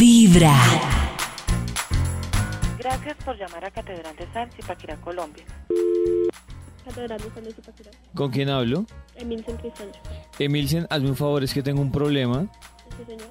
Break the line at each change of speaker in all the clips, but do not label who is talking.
Vibra.
Gracias por llamar a Catedral de San Zipaquirá, Colombia.
Catedral de San Luis y Paquirá.
¿Con quién hablo?
Emil Sancristán.
Emilsen, hazme un favor, es que tengo un problema.
Sí, señor.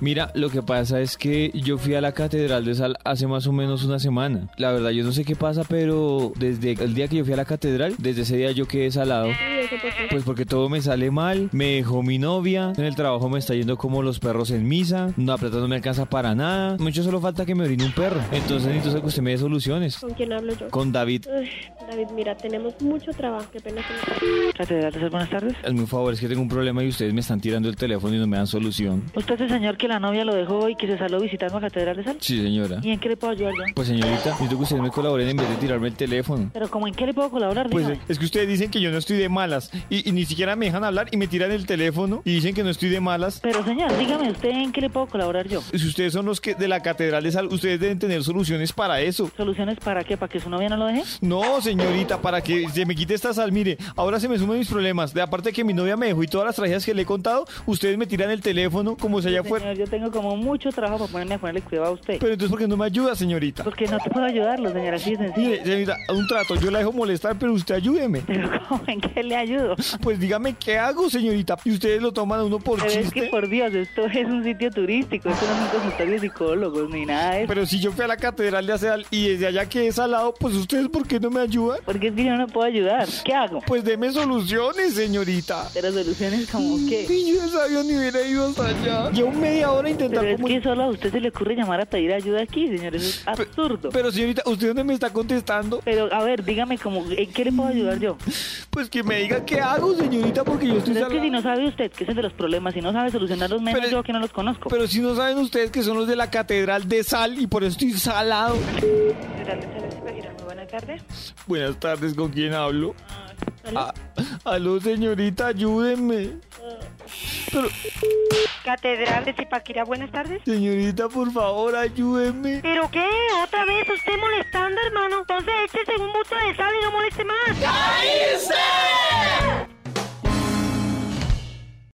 Mira, lo que pasa es que yo fui a la Catedral de Sal hace más o menos una semana. La verdad, yo no sé qué pasa, pero desde el día que yo fui a la Catedral, desde ese día yo quedé salado.
¿Y eso por qué?
Pues porque todo me sale mal, me dejó mi novia, en el trabajo me está yendo como los perros en misa, la plata no me alcanza para nada, mucho solo falta que me orine un perro. Entonces necesito que usted me dé soluciones.
¿Con quién hablo yo?
Con David,
Ay, David, mira, tenemos mucho trabajo. Qué pena que
Catedral de Sal, buenas tardes.
hazme un favor, es que tengo un problema y ustedes me están tirando el teléfono y no me dan solución.
Usted es el señor que la novia lo dejó y que se salió visitando a Catedral de Sal.
Sí, señora.
¿Y en qué le puedo ayudar yo?
Pues señorita, necesito que ustedes me colaboren en vez de tirarme el teléfono.
Pero como en qué le puedo colaborar,
Pues
dígame.
es que ustedes dicen que yo no estoy de malas y, y ni siquiera me dejan hablar y me tiran el teléfono y dicen que no estoy de malas.
Pero señor, dígame usted en qué le puedo colaborar yo.
Si ustedes son los que de la Catedral de Sal, ustedes deben tener soluciones para eso.
¿Soluciones para qué? ¿Para que su novia no lo deje?
No, señorita, para que se me quite esta sal, mire, ahora se me suman mis problemas. De aparte que mi novia me dejó y todas las tragedias que le he contado, ustedes me tiran el teléfono como si allá fuera.
Señor, yo tengo como mucho trabajo para ponerme a ponerle cuidado a usted.
Pero entonces, ¿por qué no me ayuda, señorita?
Porque no te puedo ayudarlo, señora, así de sencillo.
Mire, señorita, a un trato, yo la dejo molestar, pero usted ayúdeme.
Pero ¿cómo? ¿En qué le ayudo?
Pues dígame qué hago, señorita. Y ustedes lo toman a uno por
Pero es que
chiste.
por Dios, esto es un sitio turístico, esto no es un consultorio de psicólogos ni nada de eso.
Pero si yo fui a la Catedral de Aceal y desde allá que es al lado, pues ustedes, ¿por qué no me ayudan?
Porque es que yo no puedo ayudar. ¿Qué hago?
Pues deme soluciones, señorita.
Pero soluciones como qué.
Si yo no sabía ni hubiera ido hasta allá. Llevo media hora
Pero
intentando
es que solo a usted se le ocurre llamar a pedir ayuda aquí, señor. Eso es absurdo.
Pero señorita, ¿usted dónde me está contestando?
Pero a ver, dígame como, ¿en qué le puedo ayudar yo?
Pues que me diga qué hago, señorita, porque yo estoy
Pero es que si
salado.
no sabe usted, que ese es de los problemas, si no sabe solucionarlos menos
Pero-
yo que no los conozco.
Pero si no saben ustedes que son los de la Catedral de Sal y por eso estoy salado.
Catedral de San Luis y Paquirá, muy buena tarde.
Buenas tardes, ¿con quién hablo?
¿aló?
Ah, aló, señorita, ayúdenme. Pero,
Catedral de Zipaquirá, buenas tardes.
señorita, por favor, ayúdenme.
¿Pero qué? ¿Otra vez usted molestando, hermano? Entonces échese un busto de sal y no moleste más.
¡Ahí está!